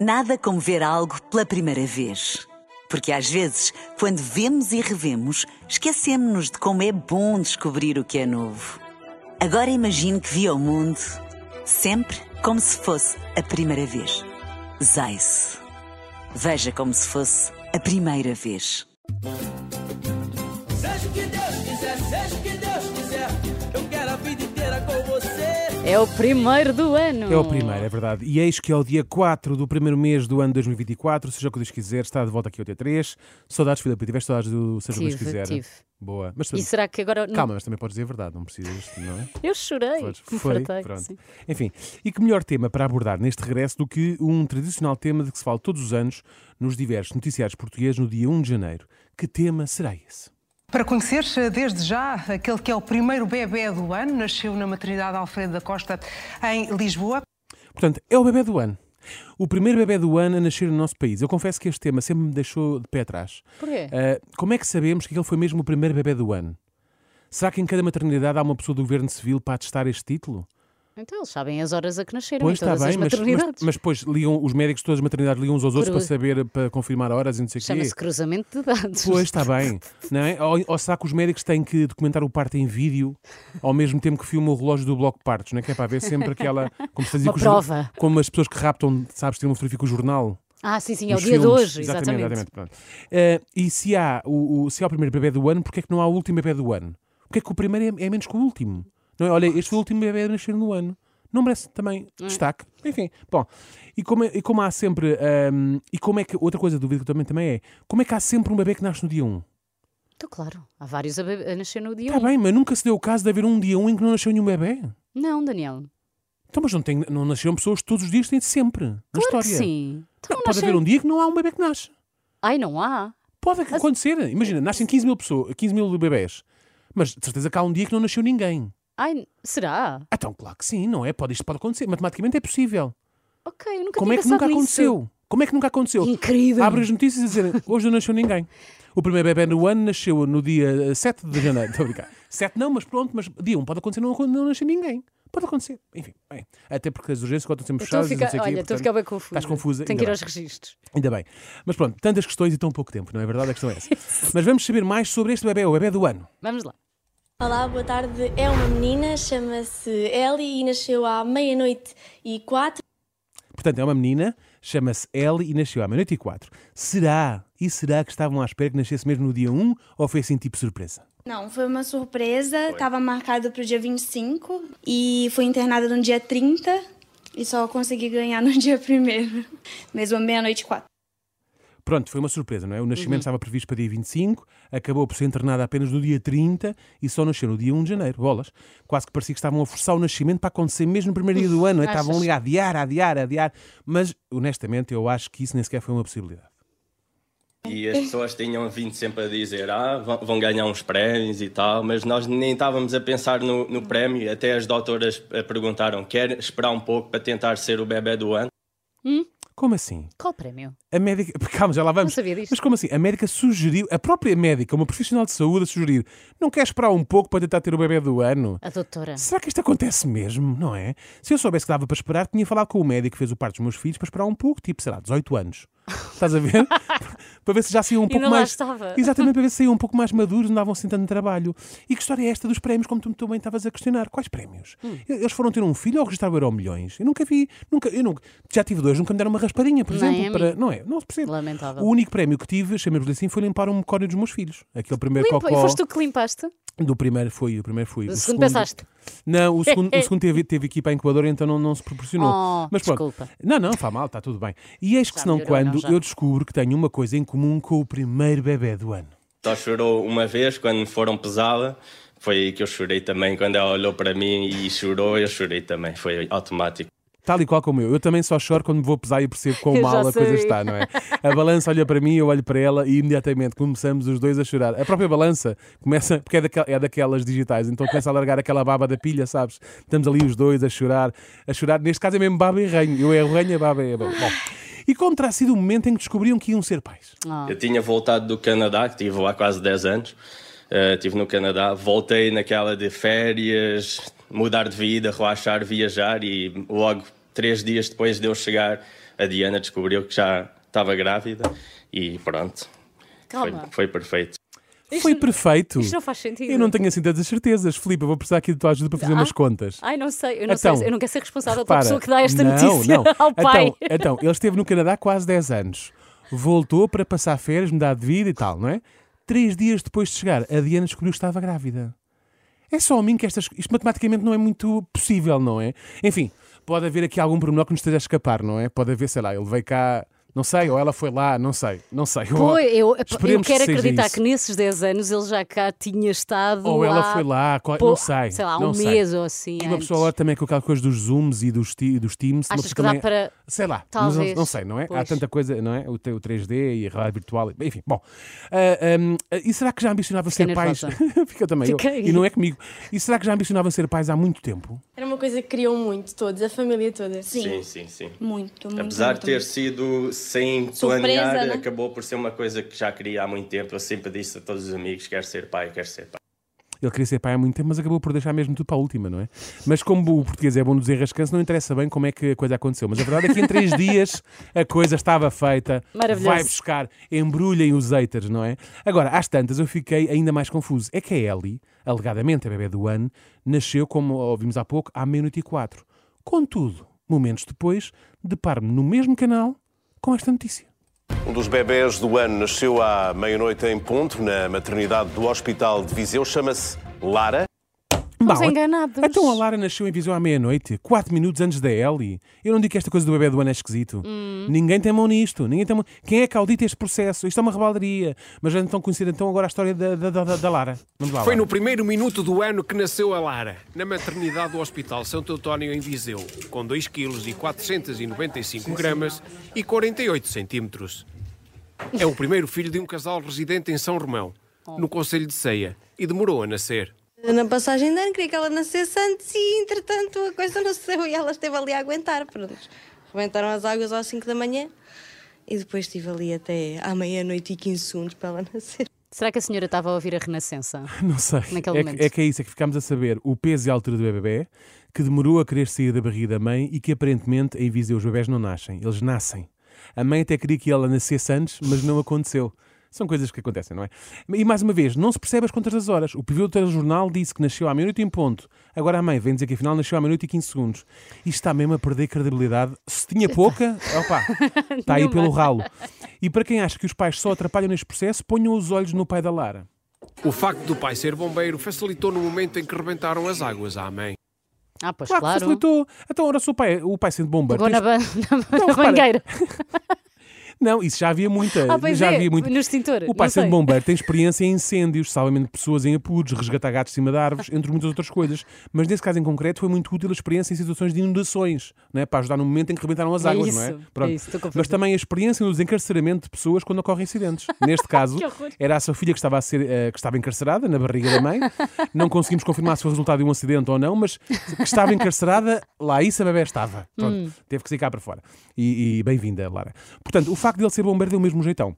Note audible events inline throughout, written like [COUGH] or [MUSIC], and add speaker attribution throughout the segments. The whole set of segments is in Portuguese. Speaker 1: Nada como ver algo pela primeira vez. Porque às vezes, quando vemos e revemos, esquecemos-nos de como é bom descobrir o que é novo. Agora imagine que viu o mundo sempre como se fosse a primeira vez. Zais. Veja como se fosse a primeira vez.
Speaker 2: Seja o que Deus quiser, seja o que Deus quiser, eu quero a vida inteira com você.
Speaker 3: É o primeiro do ano.
Speaker 4: É o primeiro, é verdade. E eis que ao dia 4 do primeiro mês do ano 2024, seja o que Deus quiser, está de volta aqui ao T3. Saudades, Filipe, tiveste saudades do Seja o que Deus
Speaker 3: Tive,
Speaker 4: quiser.
Speaker 3: tive.
Speaker 4: Boa. Mas
Speaker 3: E será que agora. não-
Speaker 4: Calma, mas também podes dizer a verdade, não precisas,
Speaker 3: [LAUGHS]
Speaker 4: não é?
Speaker 3: Eu chorei.
Speaker 4: Podes-
Speaker 3: Me
Speaker 4: Foi,
Speaker 3: fartei,
Speaker 4: pronto.
Speaker 3: sim.
Speaker 4: Enfim, e que melhor tema para abordar neste regresso do que um tradicional tema de que se fala todos os anos nos diversos noticiários portugueses no dia 1 de janeiro. Que tema será esse?
Speaker 5: Para conhecer desde já aquele que é o primeiro bebê do ano, nasceu na maternidade Alfredo da Costa em Lisboa.
Speaker 4: Portanto, é o bebê do ano. O primeiro bebê do ano a nascer no nosso país. Eu confesso que este tema sempre me deixou de pé atrás.
Speaker 3: Porquê?
Speaker 4: Ah, como é que sabemos que ele foi mesmo o primeiro bebê do ano? Será que em cada maternidade há uma pessoa do governo civil para atestar este título?
Speaker 3: Então eles sabem as horas a que nasceram
Speaker 4: Pois tá
Speaker 3: em todas as
Speaker 4: mas, mas,
Speaker 3: maternidades.
Speaker 4: mas depois ligam, os médicos de todas as maternidades ligam uns aos outros
Speaker 3: Cru-
Speaker 4: para saber, para confirmar horas e não sei o quê.
Speaker 3: Chama-se cruzamento de dados.
Speaker 4: Pois, tá. está bem. Não é? ou, ou será que os médicos têm que documentar o parto em vídeo ao mesmo tempo que filmam o relógio do bloco de partos? Não é que é para haver sempre aquela. Como, se fazia
Speaker 3: Uma
Speaker 4: com os jor-
Speaker 3: prova.
Speaker 4: como as pessoas que raptam, sabes, tiram um frifico o jornal.
Speaker 3: Ah, sim, sim, é o
Speaker 4: nos
Speaker 3: dia de
Speaker 4: filmes.
Speaker 3: hoje, exatamente.
Speaker 4: exatamente, pronto. Eh, e se há, o, o- se há o primeiro bebê do ano, porquê é que não há o último bebê do ano? Porquê é que o primeiro é, é menos que o último? Não é? Olha, este foi o último bebê a nascer no ano. Não merece também
Speaker 3: Hum.
Speaker 4: destaque. Enfim, bom. E como, é- e como há sempre. ahm, e como é que. Outra coisa, dúvida que eu também, também é. Como é que há sempre um bebê que nasce no dia 1?
Speaker 3: Então, claro, há vários a, be- a nascer no dia
Speaker 4: Está
Speaker 3: 1.
Speaker 4: Tá bem, mas nunca se deu o caso de haver um dia 1 em que não nasceu nenhum bebê.
Speaker 3: Não, Daniel.
Speaker 4: Então, mas não, tem, não nasceram pessoas todos os dias, tem de sempre. Na
Speaker 3: Claro
Speaker 4: história.
Speaker 3: que sim. Então, não
Speaker 4: Pode haver um dia que não há um bebê que nasce.
Speaker 3: Ai, não há.
Speaker 4: Pode acontecer. Imagina, nascem 15 mil pessoas, 15 mil bebés. Mas de certeza que há um dia que não nasceu ninguém.
Speaker 3: Ai, será?
Speaker 4: Ah, Então, claro que sim, não é? Pode, isto pode acontecer. Matematicamente é possível.
Speaker 3: Ok, eu nunca
Speaker 4: Como é
Speaker 3: tinha
Speaker 4: que nunca
Speaker 3: pensado nisso.
Speaker 4: aconteceu? Como é que nunca aconteceu?
Speaker 3: Incrível.
Speaker 4: Abre as notícias a dizer hoje não nasceu ninguém. O primeiro bebê no ano nasceu no dia eh, 7 de janeiro. [LAUGHS] Estou a brincar. 7 não, mas pronto, mas dia 1 pode acontecer, não, não nascer ninguém. Pode acontecer. Enfim, bem. Até porque as urgências agora estão sempre
Speaker 3: Eu Estou a
Speaker 4: fechadas. e não
Speaker 3: ficar,
Speaker 4: sei o quê,
Speaker 3: Então olha, estou a
Speaker 4: portanto,
Speaker 3: ficar bem confusa.
Speaker 4: Estás confusa.
Speaker 3: Tenho
Speaker 4: ainda
Speaker 3: que ir
Speaker 4: bem.
Speaker 3: aos registros.
Speaker 4: Ainda bem. Mas pronto, tantas questões e tão pouco tempo, não é verdade? A questão é
Speaker 3: [LAUGHS]
Speaker 4: essa. Mas vamos saber mais sobre este bebê, o bebê do ano.
Speaker 3: Vamos lá.
Speaker 6: Olá, boa tarde. É uma menina, chama-se Ellie e nasceu à meia-noite e quatro.
Speaker 4: Portanto, é uma menina, chama-se Ellie e nasceu à meia-noite e quatro. Será? E será que estavam à espera que nascesse mesmo no dia 1 ou foi assim tipo surpresa?
Speaker 7: Não, foi uma surpresa. Tava marcado pro dia 25 e fui internada no dia 30 e só consegui ganhar [LAUGHS] no dia 1 mesmo meia-noite e quatro.
Speaker 4: Pronto, foi uma surpresa, não é? O nascimento
Speaker 3: Uhum.
Speaker 4: estava previsto para dia 25, acabou por ser internada apenas no dia 30 e só nasceu no dia 1 de janeiro. Bolas. Quase que parecia que estavam a forçar o nascimento para acontecer mesmo no primeiro dia do ano. não é?
Speaker 3: Achas?
Speaker 4: Estavam ali a adiar, a adiar, a adiar. Mas, honestamente, eu acho que isso nem sequer foi uma possibilidade.
Speaker 8: E as pessoas tinham vindo sempre a dizer: ah, vão vão ganhar uns prémios e tal, mas nós nem estávamos a pensar no, no prémio. Até as doutoras eh, perguntaram: quer esperar um pouco para tentar ser o bebê do ano?
Speaker 4: Como assim?
Speaker 3: Qual o prémio?
Speaker 4: A médica. [LAUGHS] Calma, já lá vamos.
Speaker 3: Não sabia disto.
Speaker 4: Mas como assim? A médica sugeriu, a própria médica, uma profissional de saúde, a sugerir: não quer esperar um pouco para tentar ter o bebê do ano?
Speaker 3: A doutora.
Speaker 4: Será que isto acontece mesmo? Não é? Se eu soubesse que dava para esperar, tinha falado com o médico que fez o parto dos meus filhos para esperar um pouco, tipo, sei lá, 18 anos. Estás a
Speaker 3: [LAUGHS]
Speaker 4: ver? para ver se já saíam um pouco
Speaker 3: não lá
Speaker 4: mais.
Speaker 3: estava.
Speaker 4: Exatamente, para ver se saíam um pouco mais maduros, não davam assim tanto trabalho. E que história é esta dos prémios, como tu também estavas a questionar? Quais prémios?
Speaker 3: Hum.
Speaker 4: Eles foram ter um filho ou registrar o Euro Milhões? Eu nunca vi, nunca, eu nunca, já tive dois, nunca me deram uma raspadinha, por
Speaker 3: Nem a
Speaker 4: exemplo.
Speaker 3: mim.
Speaker 4: Para, não é? Não se percebe.
Speaker 3: Lamentável.
Speaker 4: O único prémio que tive, chamemos-lhe assim, foi limpar um mecónio dos meus filhos. Aquele primeiro
Speaker 3: Limpa, e
Speaker 4: é cocó.
Speaker 3: foste tu que limpaste?
Speaker 4: Do primeiro foi, o primeiro foi.
Speaker 3: Do
Speaker 4: O
Speaker 3: segundo pensaste?
Speaker 4: Não, o segundo,
Speaker 3: [LAUGHS]
Speaker 4: o segundo teve, teve equipa incubadora, então não, não se proporcionou.
Speaker 3: Oh, desculpa.
Speaker 4: Não, não, está mal, está tudo bem. E eis que
Speaker 3: Já
Speaker 4: senão
Speaker 3: melhorou, não,
Speaker 4: quando
Speaker 3: já.
Speaker 4: eu descubro que tenho uma coisa em comum com o primeiro bebê do ano.
Speaker 8: Só chorou uma vez quando me foram pesá-la. Foi aí que eu chorei também. Quando ela olhou para mim e chorou, eu chorei também. Foi automático.
Speaker 4: Tal e qual como eu. Eu também só choro quando me vou pesar e percebo
Speaker 3: [LAUGHS]
Speaker 4: quão
Speaker 3: Eu já
Speaker 4: mal a coisa
Speaker 3: sabia.
Speaker 4: está, não é? A balança olha para mim, eu olho para ela e imediatamente começamos os dois a chorar. A própria balança começa, porque é, daquel- é daquelas digitais, então começa a largar aquela baba da pilha, sabes? Estamos ali os dois a chorar, a chorar. Neste caso é mesmo baba e ranho. Eu é o ranho, a baba é a baba. Bom, e como terá sido o momento em que descobriam que iam ser pais?
Speaker 3: Ah.
Speaker 8: Eu tinha voltado do Canadá, que estive lá quase 10 anos. Eh, Estive no Canadá, voltei naquela de férias, mudar de vida, relaxar, viajar e logo três dias depois de eu chegar, a Diana descobriu que já estava grávida e pronto. Foi,
Speaker 3: Calma.
Speaker 8: foi perfeito.
Speaker 4: Foi perfeito.
Speaker 3: isto não faz sentido.
Speaker 4: Eu não tenho assim tantas certezas. Filipe, eu vou precisar aqui da tua ajuda para fazer
Speaker 3: Ah.
Speaker 4: umas contas.
Speaker 3: Ai, não sei, eu não,
Speaker 4: Então,
Speaker 3: sei, eu não quero ser responsável
Speaker 4: Repara,
Speaker 3: pela pessoa que dá esta
Speaker 4: não,
Speaker 3: notícia
Speaker 4: não.
Speaker 3: [LAUGHS] ao pai.
Speaker 4: Então,
Speaker 3: [LAUGHS]
Speaker 4: então, ele esteve no Canadá há quase 10 anos. Voltou para passar férias, mudar de vida e tal, não é? Três dias depois de chegar, a Diana descobriu que estava grávida. É só a mim que estas, isto matematicamente não é muito possível, não é? Enfim, pode haver aqui algum pormenor que nos esteja a escapar, não é? Pode haver, sei lá, ele veio cá, não sei, ou ela foi lá, não sei, não sei. Ou-
Speaker 3: Pô, eu, eu
Speaker 4: Esperemos
Speaker 3: quero
Speaker 4: seja
Speaker 3: acreditar
Speaker 4: isso.
Speaker 3: que nesses 10 anos ele já cá tinha estado.
Speaker 4: Ou ela
Speaker 3: há-
Speaker 4: foi lá, qual-
Speaker 3: Pô,
Speaker 4: não sei.
Speaker 3: Sei lá, há
Speaker 4: não
Speaker 3: um
Speaker 4: sei.
Speaker 3: mês ou assim.
Speaker 4: E uma
Speaker 3: antes.
Speaker 4: pessoa agora também com aquela coisa dos zooms e dos, ti- dos teams. uma
Speaker 3: Achas
Speaker 4: pessoa
Speaker 3: que dá
Speaker 4: também-
Speaker 3: para-
Speaker 4: Sei lá, mas
Speaker 3: Talvez.
Speaker 4: Não, não sei, não é? Há
Speaker 3: Pois.
Speaker 4: tanta coisa, não é? O, te- o 3D e a realidade virtual. e- Enfim, bom. Ah, ahm, ah, e será que já ambicionavam ser pais? [LAUGHS] Fica também. eu.
Speaker 3: Fiquei.
Speaker 4: E não é comigo. E será que já ambicionavam ser pais há muito tempo?
Speaker 6: Era uma coisa que queriam muito todos, a família toda.
Speaker 8: Sim, sim, sim.
Speaker 7: Muito, muito.
Speaker 8: Apesar
Speaker 7: muito,
Speaker 8: de ter
Speaker 7: muito.
Speaker 8: sido sem
Speaker 6: Surpresa,
Speaker 8: planear,
Speaker 6: né?
Speaker 8: acabou por ser uma coisa que já queria há muito tempo. Eu sempre disse a todos os amigos: quer ser pai, quer ser pai.
Speaker 4: Ele queria ser pai há muito tempo, mas acabou por deixar mesmo tudo para a última, não é? Mas como o português é bom nos enrascanços, não interessa bem como é que a coisa aconteceu. Mas a verdade é que em três dias a coisa estava feita.
Speaker 3: Maravilhoso.
Speaker 4: Vai buscar, embrulhem os haters, não é? Agora, às tantas eu fiquei ainda mais confuso. É que a Ellie, alegadamente a bebê do ano, nasceu, como ouvimos há pouco, à meia-noite e quatro. Contudo, momentos depois, deparo-me no mesmo canal com esta notícia.
Speaker 9: Um dos bebés do ano nasceu à meia-noite em ponto, na maternidade do Hospital de Viseu. Chama-se Lara.
Speaker 3: Fomos
Speaker 4: Bom,
Speaker 3: enganados.
Speaker 4: Então a Lara nasceu em Viseu à meia-noite, 4 minutos antes da Ellie. Eu não digo que esta coisa do bebê do ano é esquisito. Ninguém tem mão nisto. Ninguém tem mão... Quem é que audita este processo? Isto é uma rebaldaria. Mas já então conhecida então agora a história da, da, da, da Lara. Vamos lá.
Speaker 10: Foi
Speaker 4: Lara.
Speaker 10: no primeiro minuto do ano que nasceu a Lara, na maternidade do Hospital Santo António em Viseu, com 2 kg e 495 gramas e 48 centímetros. É o primeiro filho de um casal residente em São Romão, no Conselho de Ceia, e demorou a nascer.
Speaker 11: Na passagem de ano queria que ela nascesse antes e, entretanto, a coisa nasceu e ela esteve ali a aguentar. Pronto. Rebentaram as águas às 5 da manhã e depois estive ali até à meia-noite e 15 segundos para ela [LAUGHS] nascer.
Speaker 3: Será que a senhora estava a ouvir a Renascença?
Speaker 4: [LAUGHS] Não sei.
Speaker 3: Naquele
Speaker 4: é,
Speaker 3: momento.
Speaker 4: que, é que é isso, é que ficámos a saber o peso e a altura do bebê, que demorou a querer sair da barriga da mãe e que aparentemente em Viseu os bebés não nascem, eles nascem. A mãe até queria que ela nascesse antes, mas não aconteceu. São coisas que acontecem, não é? E mais uma vez, não se percebe as contas das horas. O pivô do telejornal disse que nasceu à meia-noite em ponto. Agora a mãe vem dizer que afinal nasceu à meia-noite e 15 segundos. Isto está mesmo a perder credibilidade. Se tinha pouca, opa,
Speaker 3: [LAUGHS]
Speaker 4: está tá aí pelo ralo. E para quem acha que os pais só atrapalham neste processo, ponham os olhos no pai da Lara.
Speaker 10: O facto do pai ser bombeiro facilitou no momento em que rebentaram as águas à mãe.
Speaker 3: Ah, pois
Speaker 4: Claro,
Speaker 3: claro.
Speaker 4: que facilitou. Então, ora, se o pai, o pai sendo bombeiro.
Speaker 3: Pegou na,
Speaker 4: tens-
Speaker 3: ban [LAUGHS] na,
Speaker 4: Não,
Speaker 3: na
Speaker 4: repara.
Speaker 3: bangueira.
Speaker 4: Não, isso já havia muita.
Speaker 3: Ah, pois
Speaker 4: já
Speaker 3: é,
Speaker 4: havia muito.
Speaker 3: no extintor,
Speaker 4: O pai
Speaker 3: não
Speaker 4: sendo
Speaker 3: sei.
Speaker 4: bombeiro tem experiência em incêndios, salvamento de pessoas em apuros, resgatar gatos de cima de árvores, entre muitas outras coisas. Mas nesse caso em concreto foi muito útil a experiência em situações de inundações, não é? para ajudar no momento em que rebentaram as
Speaker 3: É
Speaker 4: águas,
Speaker 3: isso,
Speaker 4: não é?
Speaker 3: é isso, estou confundida.
Speaker 4: Mas também a experiência no desencarceramento de pessoas quando ocorrem acidentes. Neste caso, era a sua filha que estava, a ser, eh, que estava encarcerada na barriga da mãe. Não conseguimos confirmar se foi resultado de um acidente ou não, mas que estava encarcerada, lá isso a bebé estava. Pronto, teve que sair cá para fora. E, e bem-vinda, Lara. Portanto, o facto de ele ser bombeiro deu o mesmo um jeitão.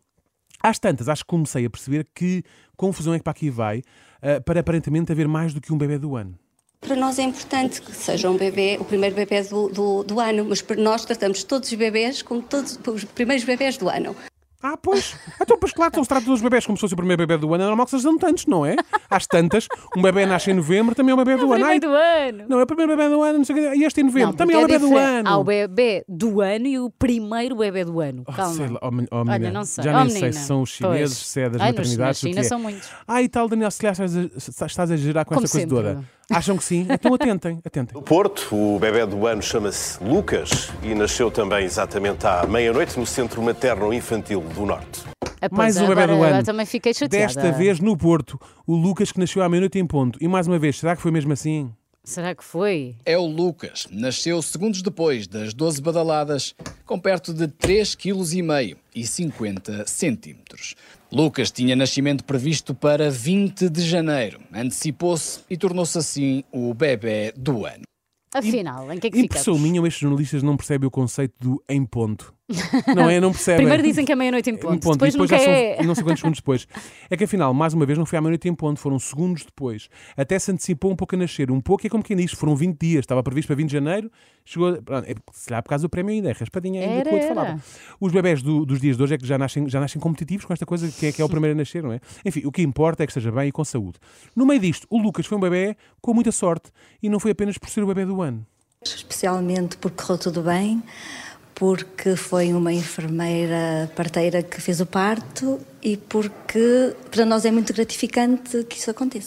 Speaker 4: Às tantas, acho que comecei a perceber que confusão é que para aqui vai, eh, para aparentemente haver mais do que um bebê do ano.
Speaker 11: Para nós é importante que seja um bebê, o primeiro bebê do, do, do ano, mas para nós tratamos todos os bebés como todos os primeiros bebés do ano.
Speaker 4: Ah, pois. Então, pois claro, então se trata dos bebés como se fosse o primeiro bebê do ano. É normal que sejam tantos, não é? Às tantas, um bebê nasce em novembro, também é um bebê do ano. Ai,
Speaker 3: Primeiro do ano.
Speaker 4: Não, é o primeiro bebê do ano, não sei o quê. E este em novembro,
Speaker 3: Não,
Speaker 4: também é o
Speaker 3: porque
Speaker 4: bebê do
Speaker 3: diferente.
Speaker 4: ano.
Speaker 3: Há o bebê do ano e o primeiro bebê do ano.
Speaker 4: Oh,
Speaker 3: Calma.
Speaker 4: sei lá, oh, men- oh,
Speaker 3: Olha,
Speaker 4: menina,
Speaker 3: não sei.
Speaker 4: Já
Speaker 3: Oh,
Speaker 4: nem sei
Speaker 3: menina.
Speaker 4: se são os chineses,
Speaker 3: Pois.
Speaker 4: se é das
Speaker 3: Ai, nos-
Speaker 4: maternidades.
Speaker 3: na
Speaker 4: se o que
Speaker 3: China
Speaker 4: é.
Speaker 3: são muitos.
Speaker 4: Ah, e tal, Daniel, se calhar estás a- estás a exagerar com
Speaker 3: Como
Speaker 4: esta coisa
Speaker 3: sempre.
Speaker 4: toda. Acham que sim? Então atentem, atentem.
Speaker 9: Do Porto, o bebé do ano chama-se Lucas e nasceu também exatamente à meia-noite no Centro Materno Infantil do Norte.
Speaker 3: Ah, pois,
Speaker 4: Mais um bebê
Speaker 3: agora-
Speaker 4: do ano.
Speaker 3: agora também fiquei chateada.
Speaker 4: Desta vez no Porto, o Lucas que nasceu à meia-noite em ponto. E mais uma vez, será que foi mesmo assim?
Speaker 3: Será que foi?
Speaker 2: É o Lucas, nasceu segundos depois das 12 badaladas, com perto de 3,5 kg e 50 centímetros. Lucas tinha nascimento previsto para 20 de janeiro, antecipou-se e tornou-se assim o bebê do ano.
Speaker 3: Afinal, em que é que
Speaker 4: Impressão
Speaker 3: ficamos?
Speaker 4: minha, estes jornalistas não percebem o conceito do em ponto. Não é? Não percebem.
Speaker 3: Primeiro dizem que é meia-noite em ponto,
Speaker 4: Um ponto.
Speaker 3: depois,
Speaker 4: e depois
Speaker 3: nunca
Speaker 4: já são
Speaker 3: é.
Speaker 4: não sei quantos segundos depois. É que afinal, mais uma vez, não foi à meia-noite em ponto, foram segundos depois. Até se antecipou um pouco a nascer. Um pouco é como quem diz, foram 20 dias, estava previsto para 20 de janeiro, chegou. Pronto, é, se calhar por causa do prémio ainda, é raspadinha ainda
Speaker 3: Era,
Speaker 4: que o outro
Speaker 3: era.
Speaker 4: falava. Os bebés do- dos dias de hoje é que já nascem, já nascem competitivos com esta coisa que é, que é o primeiro a nascer, não é? Enfim, o que importa é que esteja bem e com saúde. No meio disto, o Lucas foi um bebê com muita sorte e não foi apenas por ser o bebê do ano.
Speaker 12: especialmente porque correu tudo bem, porque foi uma enfermeira parteira que fez o parto e porque para nós é muito gratificante que isso aconteça.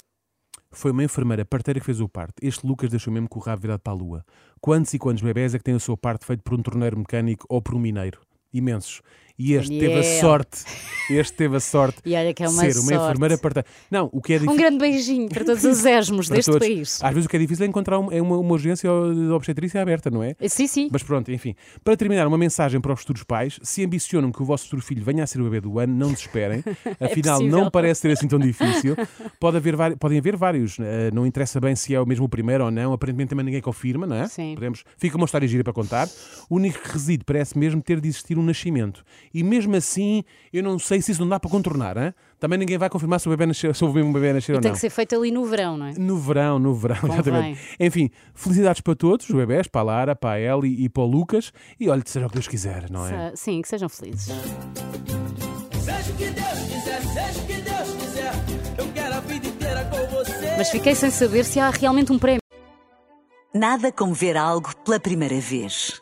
Speaker 4: Foi uma enfermeira parteira que fez o parto. Este Lucas deixou mesmo com o rabo virado para a lua. Quantos e quantos bebés é que têm o seu parto feito por um torneiro mecânico ou por um mineiro? Imensos. E este teve a
Speaker 3: Daniel.
Speaker 4: sorte. Este teve a sorte
Speaker 3: [LAUGHS] E olha que é uma
Speaker 4: de ser uma
Speaker 3: sorte.
Speaker 4: enfermeira parteira. Não, o que é
Speaker 3: Um
Speaker 4: difícil.
Speaker 3: grande beijinho para todos
Speaker 4: [LAUGHS]
Speaker 3: os esmos
Speaker 4: Para
Speaker 3: deste
Speaker 4: todos.
Speaker 3: país.
Speaker 4: Às vezes o que é difícil é encontrar um- é uma, uma urgência de obstetrícia aberta, não é?
Speaker 3: Eh, Sim, sim.
Speaker 4: Mas pronto, enfim. Para terminar, uma mensagem para os futuros pais. Se ambicionam que o vosso futuro filho venha a ser o bebê do ano, não
Speaker 3: [LAUGHS]
Speaker 4: desesperem.
Speaker 3: É
Speaker 4: Afinal,
Speaker 3: possível.
Speaker 4: não parece ser assim tão difícil. Pode haver vari- podem haver vários. eh, não interessa bem se é o mesmo o primeiro ou não. Aparentemente também ninguém confirma, não é? Sim. Podemos... Fica uma história gira para contar. O único que reside parece mesmo ter de existir um nascimento. E mesmo assim, eu não sei se isso não dá para contornar. Hã? Também ninguém vai confirmar se o bebê nasceu, se houve mesmo um bebê a nascer
Speaker 3: E
Speaker 4: ou
Speaker 3: tem
Speaker 4: não.
Speaker 3: que ser feito ali no verão, não é?
Speaker 4: No verão, no verão,
Speaker 3: Convém.
Speaker 4: exatamente. Enfim, felicidades para todos, os bebés, para a Lara, para a Ellie e para o Lucas. E olha, seja o que Deus quiser, não é?
Speaker 3: Se- Ah, Sim, que sejam felizes.
Speaker 13: Seja o que Deus quiser, seja o que Deus quiser. Eu quero a vida inteira com você.
Speaker 3: Mas fiquei sem saber se há realmente um prémio.
Speaker 1: Nada como ver algo pela primeira vez.